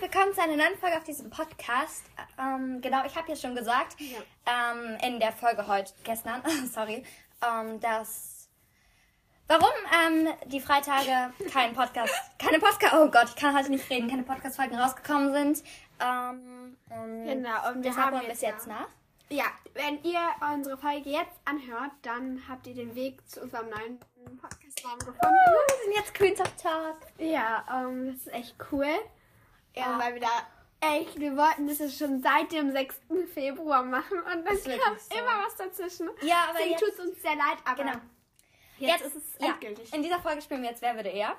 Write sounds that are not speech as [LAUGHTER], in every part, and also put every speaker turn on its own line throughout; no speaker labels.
willkommen zu einer neuen Folge auf diesem Podcast. Ähm, genau, ich habe ja schon gesagt, ähm, in der Folge heute, gestern, [LAUGHS] sorry, ähm, dass warum ähm, die Freitage kein Podcast, keine Podcast, oh Gott, ich kann heute nicht reden, keine Podcast-Folgen rausgekommen sind. Ähm, und
Genau, und wir
das haben
haben
wir bis jetzt ne? nach.
Ja, wenn ihr unsere Folge jetzt anhört, dann habt ihr den Weg zu unserem neuen Podcast-Raum gefunden.
Oh, Wir sind jetzt Queens of Talk.
Ja, ähm, das ist echt cool.
Ja. Ah.
Ähm, weil wir da echt, wir wollten das jetzt schon seit dem 6. Februar machen und es
Ist wirklich
kam
so.
immer was dazwischen.
Ja, aber
Deswegen
jetzt-
tut es uns sehr leid, aber
Genau.
jetzt, ist es
ja,
endgültig.
In dieser Folge spielen wir jetzt Wer würde eher?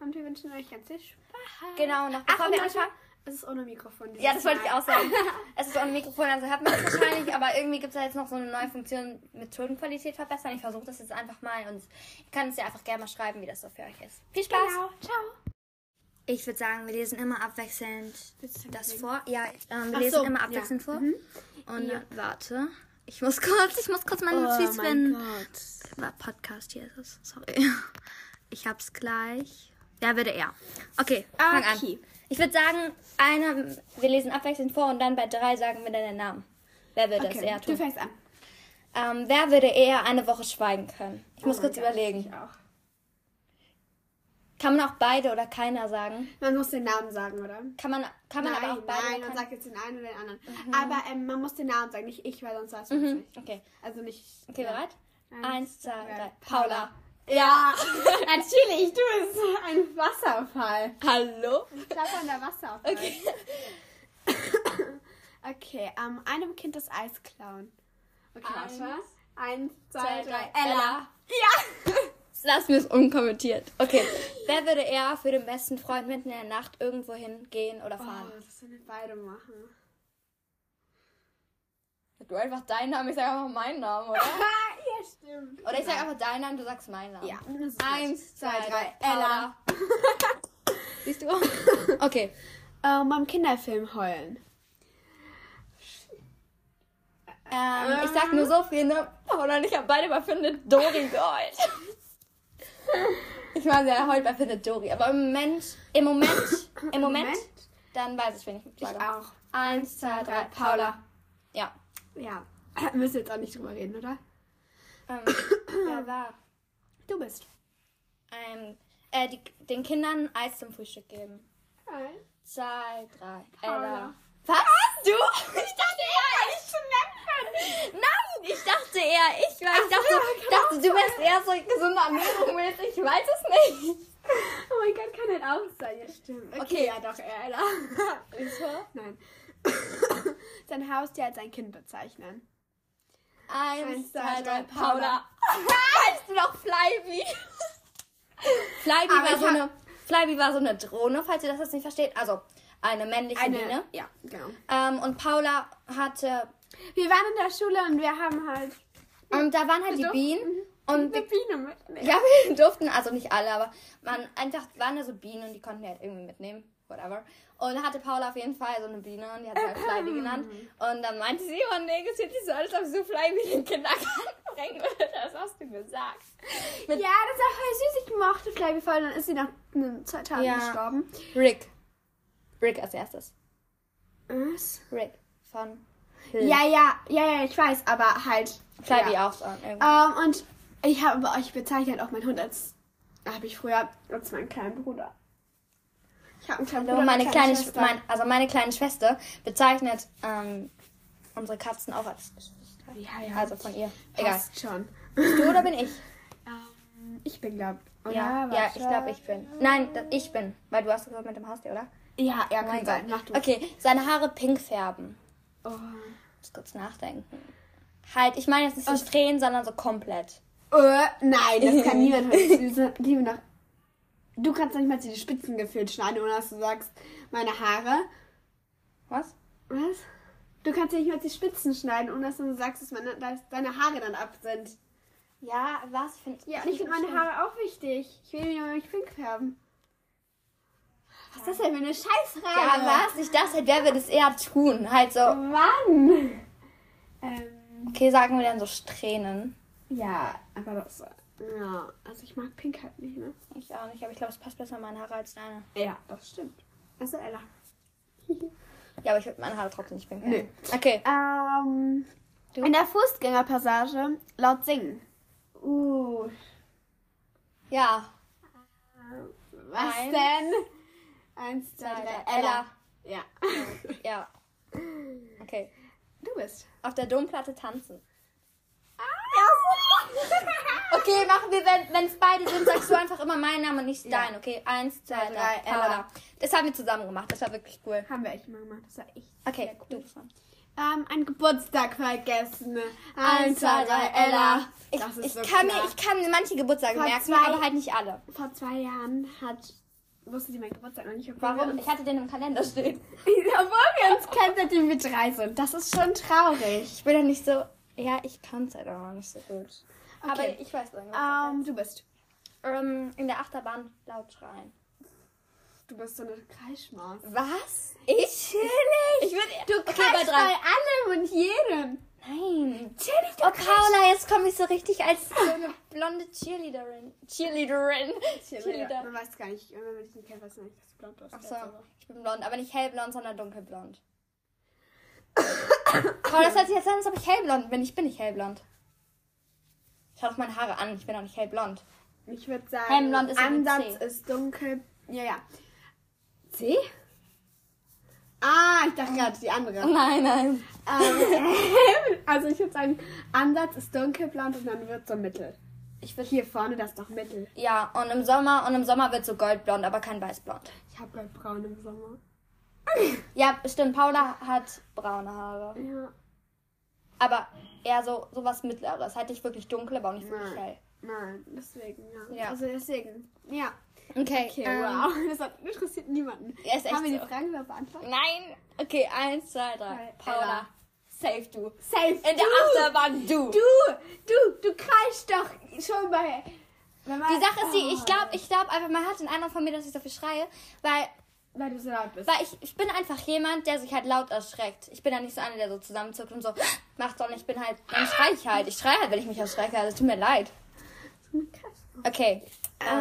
Und wir wünschen euch ganz viel Spaß.
Genau, noch
Ach,
bevor
und
wir
Leute,
anfangen.
es ist ohne Mikrofon. dieses
Ja, das wollte ich
Mal.
auch sagen.
[LAUGHS]
Es ist ohne Mikrofon, also hört man es wahrscheinlich, aber irgendwie gibt es da jetzt noch so eine neue Funktion mit Tonqualität verbessern. Ich versuche das jetzt einfach mal und ihr könnt es ja einfach gerne mal schreiben, wie das so für euch ist. Viel Spaß!
Genau, ciao.
Ich würde sagen, wir lesen immer abwechselnd
Willst du
das
anfangen?
vor. Ja, ähm, wir
Ach
lesen
so,
immer
ja. Mhm.
abwechselnd vor. Und
Ja. Oh
äh, warte. Ich muss kurz, ich muss kurz meine Notiz finden.
Gott.
War Podcast hier ist es. Sorry. [LAUGHS] Ich hab's gleich. Ja, würde er. Okay, fang
Okay.
an. Ich würde sagen, einer, wir lesen abwechselnd vor und dann bei drei sagen wir dann den Namen. Wer würde es
Okay,
eher
du
tun?
fängst an.
Ähm, wer würde eher eine Woche schweigen können? Ich muss
Oh
kurz
mein Gott,
überlegen.
Ich auch.
Kann man auch beide oder keiner sagen?
Man muss den Namen sagen, oder?
Kann man, kann man
nein,
aber auch beide
nein,
oder
man
keiner?
sagt jetzt den einen oder den anderen. Aber ähm, man muss den Namen sagen, nicht ich, weil sonst weiß man es
Mhm,
nicht.
Okay,
Also nicht.
okay,
ja.
bereit?
Eins,
Eins, zwei,
zwei,
drei.
Paula.
Paula.
Ja, [LAUGHS]
[LAUGHS]
natürlich, du bist ein Wasserfall.
Hallo?
Klappernder Wasserfall. Okay. [LAUGHS] okay, ähm, einem Kind das Eis klauen. Okay,
Eins,
warte. Eins,
zwei,
zwei, drei.
drei.
Ella.
[LAUGHS] Lass mir es unkommentiert. Okay. Wer würde eher für den besten Freund mitten in der Nacht irgendwo hingehen oder
Oh,
fahren?
das sollen wir
[LAUGHS]
beide machen.
Oh. Du einfach deinen Namen, ich sage einfach meinen Namen, oder?
Ah, ja,
[LAUGHS]
stimmt.
Oder ich sage einfach deinen Namen, du sagst meinen Namen.
Ja. das ist
Eins,
gut.
zwei, drei. Ella. Siehst du? [LAUGHS] Okay.
Paula. Ähm, beim Kinderfilm heulen.
Ähm, ich sag nur so viel, ne? Paula und ich haben beide bei Findet Dory geheult. Ich meine, sie heult bei Findet Dory. Aber im Moment, im [LAUGHS] Moment, im Moment,
Moment.
dann weiß ich, wen ich
Ich
sage.
auch.
Eins, zwei, drei. Paula. Ja.
Ja. [LAUGHS] Müssen wir jetzt auch nicht drüber reden, oder?
[COUGHS] Ähm, wer war?
Du bist.
Ähm, äh, die, den Kindern Eis zum Frühstück geben. Zwei, drei, Ella.
Paula.
Was? Du? Ich dachte eher, ich zu nennen Nein, ich dachte eher, ich, weil ich dachte, dachte du wärst eher genau so gesunde Ernährung willst. Ich weiß es nicht.
[LAUGHS] Oh mein Gott, kann halt auch sein. Ja, stimmt. Okay,
Okay.
ja doch, eher Ella. [LAUGHS] Nein. Sein Haustier als ein Kind bezeichnen.
Eins, zwei, drei, Paula. [LAUGHS] Weißt du noch Flyby? Flyby
Aber
war
ich
so
hab-
eine, Flyby war so eine Drohne, falls ihr das jetzt nicht versteht. Also, eine männliche Biene.
Ja, genau.
Ähm, und Paula hatte
Wir waren in der Schule und wir haben halt
Und da waren halt die
Wir mhm.
Bienen und
eine
wir,
Biene mitnehmen.
ja, [LAUGHS] wir durften, also nicht alle, aber man einfach waren da so Bienen und die konnten wir halt irgendwie mitnehmen. Whatever. Und da hatte Paula auf jeden Fall so eine Biene und die hat sie halt Flyby genannt.
Ähm.
Und dann meinte sie, oh nee, das sieht nicht so alles, ob sie so Flyby in den Kindergarten [LAUGHS] bringen würde. Das hast du gesagt. Mit
Ja, das war voll süß. Ich mochte Flappy voll. Dann ist sie nach ähm, zwei Tagen
Ja.
gestorben.
Rick. Rick als erstes.
Was?
Rick von
Ja, ja, ja, ja, ich weiß, aber halt.
Flyby
ja.
auch so. Irgendwie.
Ähm, und ich habe bei euch bezeichnet auch meinen Hund als. Habe ich früher als meinen kleinen Bruder. Ich habe einen kleinen
Hallo,
Bruder.
meine
eine
kleine, Sch-
Schwester.
mein, also meine kleine Schwester bezeichnet ähm, unsere Katzen auch als Geschwister.
ja, ja.
Also von ihr. Egal.
passt schon.
Du oder bin ich?
Ähm, ich bin, glaub oder?
Ja, ja,
Warte.
ich glaube, ich bin. Nein, da- ich bin. Weil du hast gesagt mit dem Haustier, oder?
Ja, ja,
Oh Mein
kann
Gott.
sein. Mach du.
Okay, seine Haare pink färben.
Oh.
Muss kurz nachdenken. Halt, ich meine jetzt nicht die Tränen, sondern so komplett.
Äh, nein,
[LAUGHS]
das kann niemand hören. Das ist Liebe nach. Du kannst nicht mal die Spitzen gefühlt schneiden, ohne dass du sagst, meine Haare.
Was?
Was? Du kannst nicht mal die Spitzen schneiden, ohne dass du sagst, dass, meine, dass deine Haare dann ab sind.
Ja, was? Ich find,
Ja, und ich finde meine Haare auch wichtig. Ich will mir nämlich pink färben. Was ist das denn für eine Scheißfrage?
Ja, was? Ich dachte, halt, wer würde es eher tun? Halt
Mhm.
so.
Oh, Mann! Ähm,
Okay, sagen wir dann so Strähnen.
ja, aber das. Ja, also ich mag pink halt nicht, ne?
Ich auch nicht, aber ich glaube, es passt besser an meine Haare als deine.
Ja, das stimmt. Also Ella.
Ja, aber ich würde meine Haare trotzdem nicht pinkeln.
Nee.
Okay.
Ähm,
Du?
in der Fußgängerpassage laut singen. Uh,
Ja.
was
Eins.
denn? Eins, zwei,
Zwei,
drei.
drei. Ella.
Ja.
Ja. Okay.
Du bist.
Auf der Domplatte tanzen.
Ah! Ja,
Okay, machen wir, wenn es beide sind, sagst du einfach immer meinen Namen und nicht deinen, okay? Eins, zwei,
Zwei, drei,
drei,
Ella.
Paula. Das haben wir zusammen gemacht, das war wirklich cool.
[LAUGHS] Haben wir echt mal gemacht. Das war echt.
Okay,
sehr
du.
Ähm, ein Geburtstag vergessen.
Eins, zwei, drei, Ella. Ich,
Das ist
ich,
so
kann mir,
klar.
ich kann mir manche Geburtstage
Vor
merken,
zwei-
aber halt nicht alle.
Vor zwei Jahren hat. Wussten Sie meinen Geburtstag noch nicht? obwohl wir
Warum?
uns- [LAUGHS]
Ich hatte den im Kalender stehen.
Obwohl wir uns kennen, seitdem wir drei sind. Das ist schon traurig.
Ich bin ja nicht so. Ja, ich kann es halt auch noch nicht so gut. Aber
Okay.
ich weiß irgendwas.
Ähm, du bist.
Ähm, in der Achterbahn laut schreien.
Du bist so eine Kreischmaus.
Was? Ich? Ich würde. Du okay, bei drei.
bei allem und jedem.
Nein.
Chili,
Oh, Paula, jetzt komme ich Ah. so richtig als so eine blonde Cheerleaderin. Cheerleaderin.
Chili. Man
Cheerleader.
weiß gar nicht, wenn man mit diesem Kerl weiß, nicht, dass du blond bist.
Ach so, ich bin blond, aber nicht hellblond, sondern [COUGHS] dunkelblond. Paula, das hört sich jetzt an, als ob ich hellblond bin. Ich bin nicht hellblond. Schau doch meine Haare an, ich bin auch nicht hellblond.
Ich würde sagen,
Hemblond ist mit
Ansatz
C.
ist dunkel. Ja, ja. C? Ah, ich dachte gerade die andere.
Nein, nein.
[LAUGHS] Ähm, [LAUGHS] also ich würde sagen, Ansatz ist dunkelblond und dann wird so mittel.
Ich würd,
Hier vorne, das ist doch mittel.
ja, und im Sommer, und im Sommer wird so goldblond, aber kein weißblond.
Ich habe gerade braun im Sommer.
Ja, stimmt, Paula hat braune Haare.
Ja.
Aber eher so, so was Mittleres. Halt nicht wirklich dunkel, aber auch nicht wirklich
Nein.
hell.
Nein, deswegen, ja.
Ja.
Also deswegen, ja.
Okay,
Okay,
ähm,
wow. [LAUGHS] Das hat interessiert niemanden.
Ja, ist echt
Haben wir
so.
die Fragen überhaupt beantwortet?
Nein. Okay, eins, zwei, drei.
Drei.
Paula,
Ella.
save du.
Safe.
In der Achterbahn du.
Du, du, du kreischst doch schon bei. Wenn man-
Die Sache ist die, ich
Oh.
glaube, ich glaube einfach, man hat den Eindruck von mir, dass ich so viel schreie, weil,
Weil du so laut bist.
weil ich, ich bin einfach jemand, der sich halt laut erschreckt. Ich bin ja nicht so einer, der so zusammenzuckt und so, macht doch nicht, ich bin halt, dann schrei ich halt. Ich schreie halt, wenn ich mich erschrecke, also tut mir leid. Okay, ähm,
Hm,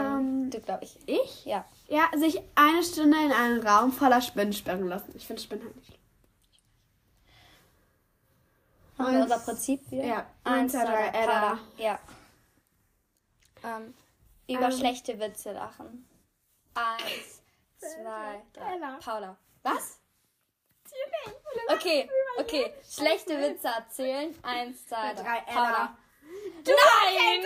Ähm.
du glaube ich.
Ich?
Ja.
Ja, sich eine Stunde in einen Raum voller Spinnen sperren lassen. Ich finde Spinnen halt nicht schlimm.
Haben wir
Eins-
unser Prinzip wieder?
ja.
Eins, zwei, drei,
Ella.
Ja. Ähm, über
Ähm.
schlechte Witze lachen. Eins, zwei, drei.
Ella.
Paula. Was? Okay, okay. Schlechte Witze erzählen. Eins, zwei, drei.
Drei,
Paula.
Ella.
Nein!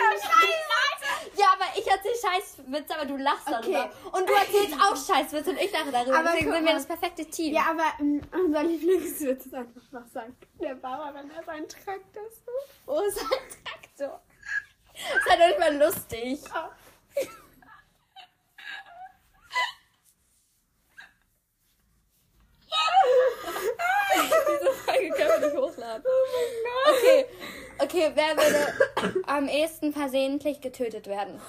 Ja, aber ich erzähle Scheißwitze, aber du lachst darüber. Und du erzählst auch Scheißwitze und ich lache darüber.
Aber
Deswegen
guck
sind wir
mal.
das perfekte Team.
Ja, aber ähm, unser Lieblingswitz ist einfach noch sagen. Der Bauer, wenn er seinen Traktor sucht.
Oh, sein Traktor. Ist halt doch nicht mal lustig.
Oh.
Diese Folge können wir nicht hochladen. Okay, okay, wer würde am ehesten versehentlich getötet werden?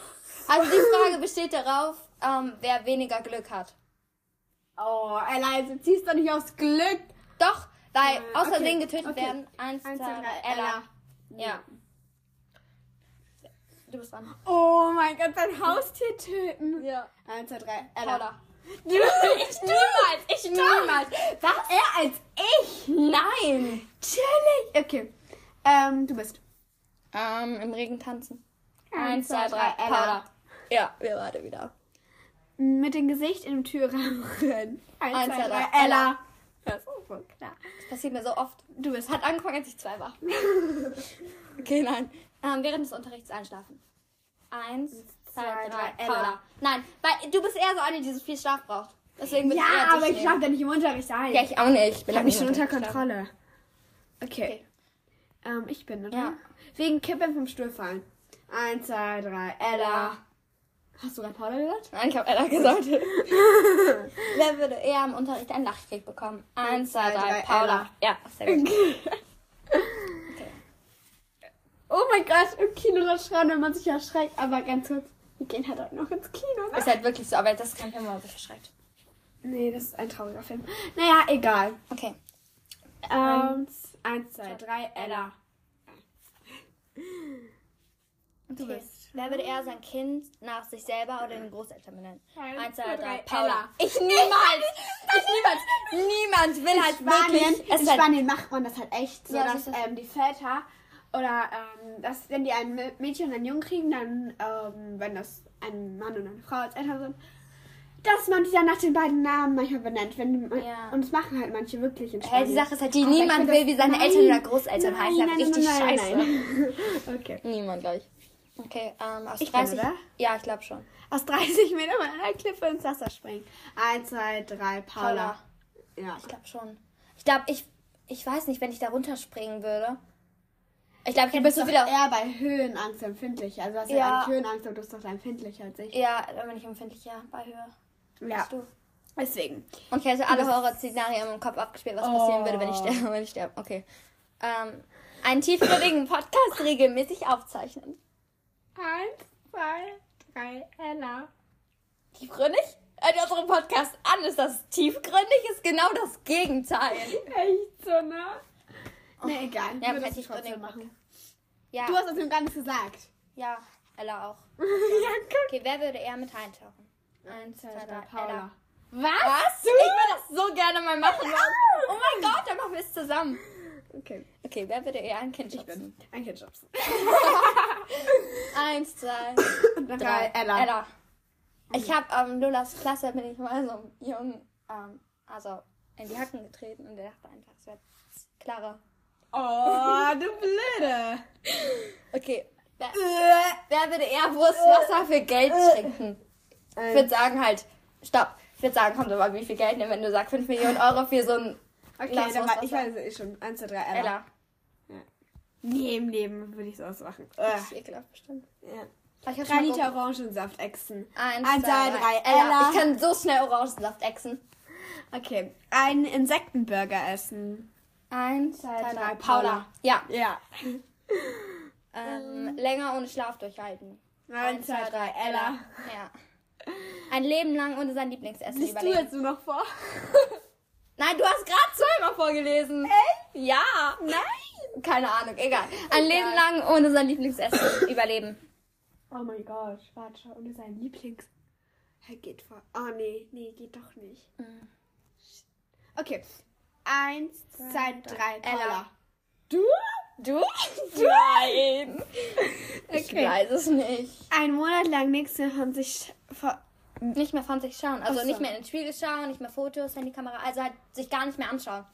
Also die Frage besteht darauf, ähm, wer weniger Glück hat.
Oh, Ella, also ziehst doch nicht aufs Glück.
Doch, weil
Äh,
aus
okay,
Versehen getötet
okay.
werden. Eins,
Eins,
zwei,
zwei, drei,
Ella.
Ella.
Ja. Du bist dran.
Oh mein Gott, dein Haustier töten.
Ja.
Eins, zwei, drei, Ella.
Paula.
[LAUGHS] Du,
Ich niemals, [LAUGHS] ich niemals. Was?
er als ich.
Nein.
Chillig. Okay. Ähm, du bist.
Ähm, im Regen tanzen.
Eins, zwei, drei, Ella.
Ja, wir beide wieder.
Mit dem Gesicht im Türrahmen rennen. Eins,
Eins, zwei,
zwei, drei,
drei,
Ella. Das ist so klar.
Das passiert mir so oft.
Du
Es
bist.
hat angefangen, als ich zwei
[LAUGHS]
war. Okay, nein. Ähm, während des Unterrichts einschlafen. Eins, zwei, drei,
Zwei, drei,
Paula.
Ella.
Nein, weil du bist eher so eine, die so viel Schlaf braucht. Deswegen bist du eher
Ja, aber
dich
ich
nehmen.
schlafe da nicht im Unterricht ein.
Ja, ich auch nicht. Ich bin
ich habe mich schon
auch nicht
unter
geschlafen.
Kontrolle. Okay.
Okay.
Ähm, ich bin, oder?
Ja.
Wegen Kippen vom Stuhl fallen. Eins, zwei, drei, Ella.
Ja.
Hast du gerade Paula gehört?
Nein, ich habe Ella
[LAUGHS]
gesagt. Wer würde eher im Unterricht einen Lachkrieg bekommen? Eins, zwei, drei, Paula. Ja, sehr gut.
Oh mein Gott, im Kino das schreien, wenn man sich erschreckt. Aber ganz kurz, wir gehen halt auch noch ins Kino. Ne?
Ist halt wirklich so, aber das ist kein Film, wo man sich verschreckt.
Nee, das ist ein trauriger Film. Naja, egal.
Okay.
Ähm, eins, zwei, drei, Ella.
Du
bist.
Wer würde eher sein Kind nach sich selber oder den Großeltern benennen?
Eins,
Eins, zwei,
zwei,
drei,
drei,
Paula.
Ella.
Ich niemals! wirklich niemand. Niemand will halt
Spanien,
wirklich.
in
ist halt,
Spanien macht man das halt echt so,
Ja, das
dass
ist das.
ähm, die Väter oder ähm, dass wenn die ein Mä- Mädchen und einen Jungen kriegen, dann ähm, wenn das ein Mann und eine Frau als Eltern sind, dass man die dann nach den beiden Namen manchmal benennt. Wenn man,
Ja.
Und das machen halt manche wirklich in Spanien.
hey, die Sache ist halt, die
Aber ich
niemand
finde
will
Oh das-
wie seine
nein,
Eltern oder Großeltern
nein,
heißen. Das
nein,
ist richtig
nein, nein,
scheiße.
nein. [LAUGHS] okay.
Niemand, glaube ich. Okay, ähm, aus
Ich bin,
30.
oder?
ja, ich glaube schon.
Aus 30 Metern von einer Klippe ins Wasser springen. Eins, zwei, drei, Paula. Ja.
Ich glaube schon. Ich glaube, ich, ich weiß nicht, wenn ich da runterspringen würde. Ich glaube, ich hätte
Du
mich
bist
so
doch
wieder.
eher bei Höhenangst empfindlich. Also hast du
Ja.
ja eigentlich Höhenangst, aber du bist doch da empfindlicher als ich.
Ja, da bin ich empfindlich, ja, bei Höhe.
Ja,
Bist du.
deswegen.
Und ich hätte alle Horror-Szenarien im Kopf abgespielt, was passieren würde, wenn
Oh.
ich sterbe. Wenn ich sterbe. Okay. Ähm, einen tiefgründigen Podcast regelmäßig aufzeichnen.
Eins, zwei, drei, Ella.
Tiefgründig? In unserem Podcast an ist das tiefgründig, ist genau das Gegenteil.
Echt so, ne? Ne,
Ja,
egal. Ja,
kann
Würdest du
ich
trotzdem
unbedingt
machen.
Ja,
Du hast es ihm gar nicht gesagt.
ja, Ella auch.
[LAUGHS] ja, guck.
Okay, wer würde eher mit eintauchen?
Eins, zwei,
drei,
drei,
Ella.
Paula.
Was? Ich würde das so gerne mal machen. Oh mein Gott, dann machen wir es zusammen.
Okay,
Okay, wer würde eher ein Kind
ich bin
schubsen?
ein [LAUGHS] Ketchups.
Eins, zwei,
Drei, Ella.
Ella. Ich habe ähm, Lulas Klasse, bin ich mal so einem Jungen, ähm, also in die Hacken getreten und der dachte einfach, es wäre Clara.
Oh, du Blöde.
Okay, wer,
Äh.
wer würde eher Wurstwasser für Geld trinken?
Äh,
Ich würde sagen halt, stopp, ich würde sagen, kommt aber an, wie viel Geld nehmen, wenn du sagst 5 Millionen Euro für so ein
Okay,
Lass
dann
was
war, ich
sagen.
weiß es eh schon. Eins, zwei, drei, Ella.
Ella.
Nee, im Leben würde ich es ausmachen.
Das ist ekelhaft bestimmt.
Ja.
Vielleicht hab ich
Drei
mal
Liter Orangensaft exen.
Eins,
Eins,
zwei,
zwei,
drei.
drei. Ella.
Ich kann so schnell Orangensaft exen.
Okay. Einen Insektenburger essen.
Eins, zwei,
drei. Paula.
Ja.
Ja.
Ähm, länger ohne Schlaf durchhalten.
Eins, zwei, drei. Ella.
Ja. Ein Leben lang ohne sein Lieblingsessen
Liest du
überleben.
jetzt nur noch vor?
Nein, du hast gerade zweimal vorgelesen. Echt? Ja. Nein. Keine Ahnung, egal. Ein Leben lang ohne sein
[LAUGHS]
Lieblingsessen überleben.
Oh mein Gott, warte, ohne seinen Lieblings. Er geht vor. Oh nee, nee, geht doch nicht. Mm. Okay. Eins, zwei, drei, Paula.
Ella.
Du?
Du? Nein. Ich
Okay.
weiß es nicht.
Ein Monat lang nichts mehr von sich vor.
Nicht mehr von sich schauen. Also
Ach so.
nicht mehr in den Spiegel schauen, nicht mehr Fotos, Handykamera. Also halt sich gar nicht mehr anschauen.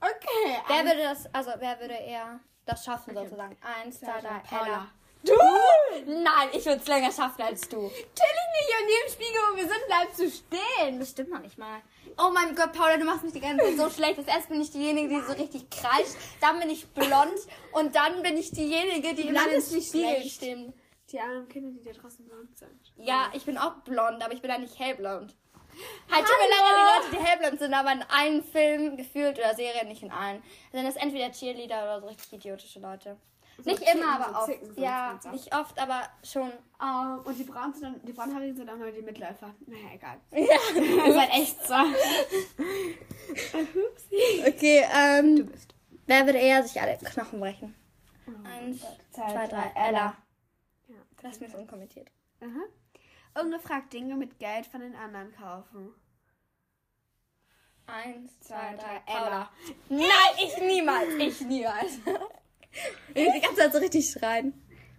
Okay.
Wer würde das, also wer würde eher das schaffen sozusagen? Eins, zwei, drei, Ella.
Du? Chill
Nein, ich würde es länger schaffen als du.
ich nicht und neben Spiegel, wo wir sind, bleibst du stehen.
Das stimmt noch nicht mal. Oh mein Gott, Paula, du machst mich die ganze Zeit so [LAUGHS] schlecht. Als erst bin ich diejenige, die so richtig kreischt, dann bin ich blond und dann bin ich diejenige, die immer
Blond
in den
ist nicht
Spiegel
schlecht.
stimmt.
Die armen Kinder, die da draußen blond sind.
Ja, ich bin auch blond, aber ich bin ja nicht hellblond. Halt, tut mir leid an die Leute, die hellblond sind, aber in allen Filmen gefühlt oder Serien, nicht in allen, sind das entweder Cheerleader oder so richtig idiotische Leute. nicht
Zicken,
immer,
so
aber oft.
Zicken, so
ja,
Zicken.
nicht oft, aber schon.
Ähm, und die braunen sind dann, die braunhaarigen sind auch mal die Mitläufer. Naja, egal.
Ja,
Ihr
halt
seid echt so.
Okay, ähm.
Du bist.
Wer würde eher sich alle Knochen brechen? Eins, zwei, drei, Ella.
Ja.
Lass mir das unkommentiert.
Aha. Ungefragt Dinge mit Geld von den anderen kaufen.
Eins, zwei, drei, Ella. Nein, ich niemals, ich niemals. Ich [LAUGHS] die ganze Zeit so richtig schreien.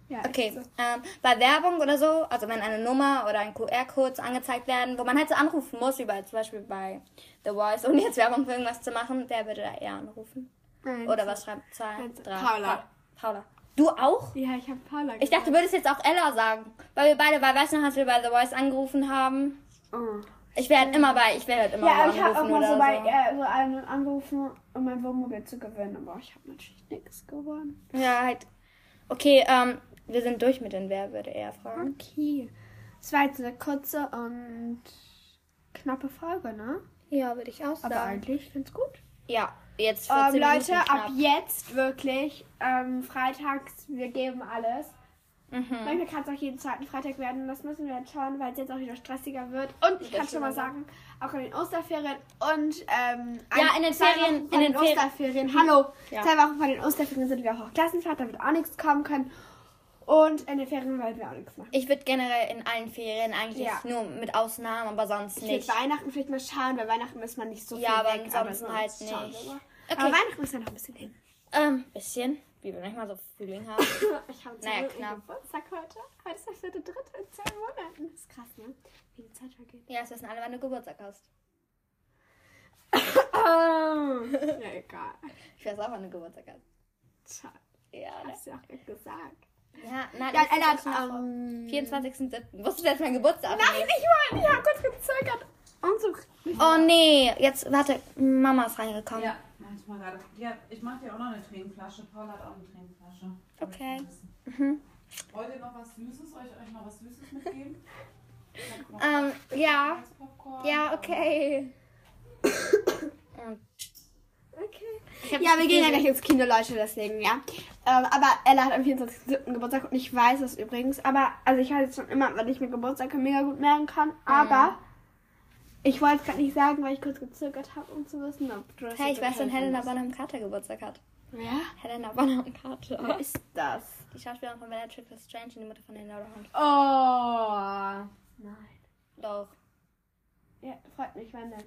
Ja,
Okay,
echt so.
ähm, bei Werbung oder so, also wenn eine Nummer oder ein QR-Code so angezeigt werden, wo man halt so anrufen muss, wie bei, zum Beispiel bei The Voice, um jetzt Werbung für irgendwas zu machen, wer würde da eher anrufen?
Eins,
Oder was schreiben? Zwei,
Eins,
drei.
Paula.
Pa Paula. Du auch?
Ja, ich habe Paula
Ich dachte, du würdest jetzt auch Ella sagen, weil wir beide, weil weißt du noch, als wir bei The Voice angerufen haben?
Oh.
Ich wäre halt immer bei, ich wäre halt immer
Ja, aber
bei
ich habe auch
angerufen
mal so
oder
bei äh, so einen angerufen, um mein Wohnmobil zu gewinnen. Aber ich habe natürlich nichts gewonnen.
Ja, halt. Okay, ähm, wir sind durch mit den Wer würde eher fragen.
Okay. Es war jetzt eine kurze und knappe Folge, ne?
Ja, würde ich auch sagen.
Aber eigentlich ganz gut.
ja, jetzt 14
Ähm, Leute,
Minuten
ab
knapp.
jetzt wirklich, ähm, freitags, wir geben alles.
Mhm.
Manchmal kann es auch jeden zweiten Freitag werden. Das müssen wir jetzt schauen, weil es jetzt auch wieder stressiger wird. Und ich
Das
kann schon mal
stimmt.
sagen, auch in den Osterferien und ähm,
Ja,
ein-
in den
zwei
Ferien-
Wochen
in
von
den
den,
Ferien.
Osterferien. Hallo,
Ja.
zwei Wochen von den Osterferien sind wir auch auf Klassenfahrt, da wird auch nichts kommen können. Und in den Ferien wollen wir auch nichts machen.
Ich würde generell in allen Ferien eigentlich
Ja.
nur mit Ausnahmen, aber sonst
Ich würde
nicht.
Weihnachten vielleicht mal schauen, weil Weihnachten ist man nicht so viel
Ja, aber
weg.
ansonsten halt
sonst schauen wir
nicht.
mal.
Okay.
Aber Weihnachten ist ja noch ein
[LAUGHS]
bisschen hin.
Ähm, bisschen. Wie wir nicht mal so Frühling
[LAUGHS]
haben.
Ich habe
Naja,
naja,
knapp.
Geburtstag heute. Heute ist der vierte, dritte in zwei Monaten. Das ist krass, ne? Wie die Zeit vergeht.
ja, es wissen alle, wann du Geburtstag hast. Ah.
Oh. ja, egal.
Ich weiß auch, wann du Geburtstag hast.
Schade.
Ja, oder?
Hast du auch gerade gesagt.
Ja, nein,
ne. Ja,
ich
Ella
hab's
hat,
noch-
ähm,
24.07. Wusstest du, dass mein Geburtstag ist?
Nein, ich wollte. Ich habe kurz gezögert. Und so.
Oh nee, jetzt, warte, Mama ist reingekommen.
Ja, manchmal gerade. Ja, ich mache dir auch noch eine Tränenflasche. Paul hat auch eine Tränenflasche.
Okay. Mhm.
Wollt ihr noch was Süßes? Soll ich euch noch was Süßes mitgeben?
Ähm, ja.
Popcorn.
Ja, [COUGHS] okay.
Okay.
Ich hab
Ja,
das
wir gehen ja
Gefühl-
gleich ins Kino, Leute, deswegen, ja. Ähm, aber Ella hat am 24.07. Geburtstag und ich weiß es übrigens. Aber, also ich hatte es schon immer, weil ich mir Geburtstage mega gut merken kann.
Mhm.
Aber ich wollte es gerade nicht sagen, weil ich kurz gezögert habe, um zu wissen, ob du das
Hey,
jetzt
ich weiß,
okay
wenn Helena
findest.
Bonham Carter Geburtstag hat.
Ja?
Helena Bonham Carter. [LAUGHS]
Wer ist das?
Die Schauspielerin von Bellatrix Strange und die Mutter von Helena Hunt.
Oh. Nein.
Doch.
Ja, freut mich, wenn dann.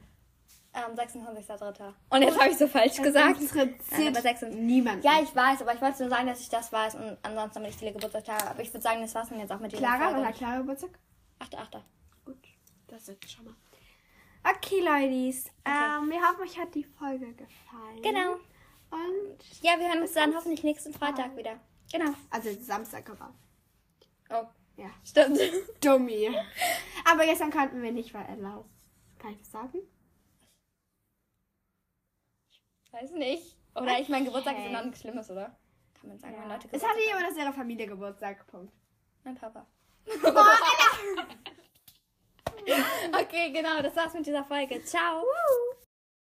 Ähm, 26.03. Und jetzt habe ich so falsch gesagt. Nein,
interessiert
aber 26.
niemand.
Ja, ich weiß, aber ich wollte nur sagen, dass ich das weiß und ansonsten habe ich viele Geburtstage. Aber ich würde sagen, das war's dann jetzt auch mit dieser
Clara,
Folge.
wann hat Clara Geburtstag?
Achte, achte.
Gut, das ist schon mal. Okay, Ladies. Ähm, wir hoffen, euch hat die Folge gefallen.
Genau.
Und.
Ja, wir hören uns dann hoffentlich nächsten Freitag wieder. Genau.
Also Samstag aber.
Oh,
Ja.
stimmt.
Dummi. [LAUGHS] aber gestern konnten wir nicht, weil Ella. Kann ich das sagen?
[LAUGHS] Weiß nicht. Oder ich meine, Geburtstag ist
Okay.
immer nichts Schlimmes, oder? Kann man sagen, wenn Leute
Es
Geburtstag
hatte jemand aus ihrer Familie Geburtstag. Punkt.
Mein Papa. [LAUGHS] okay, genau, das war's mit dieser Folge. Ciao.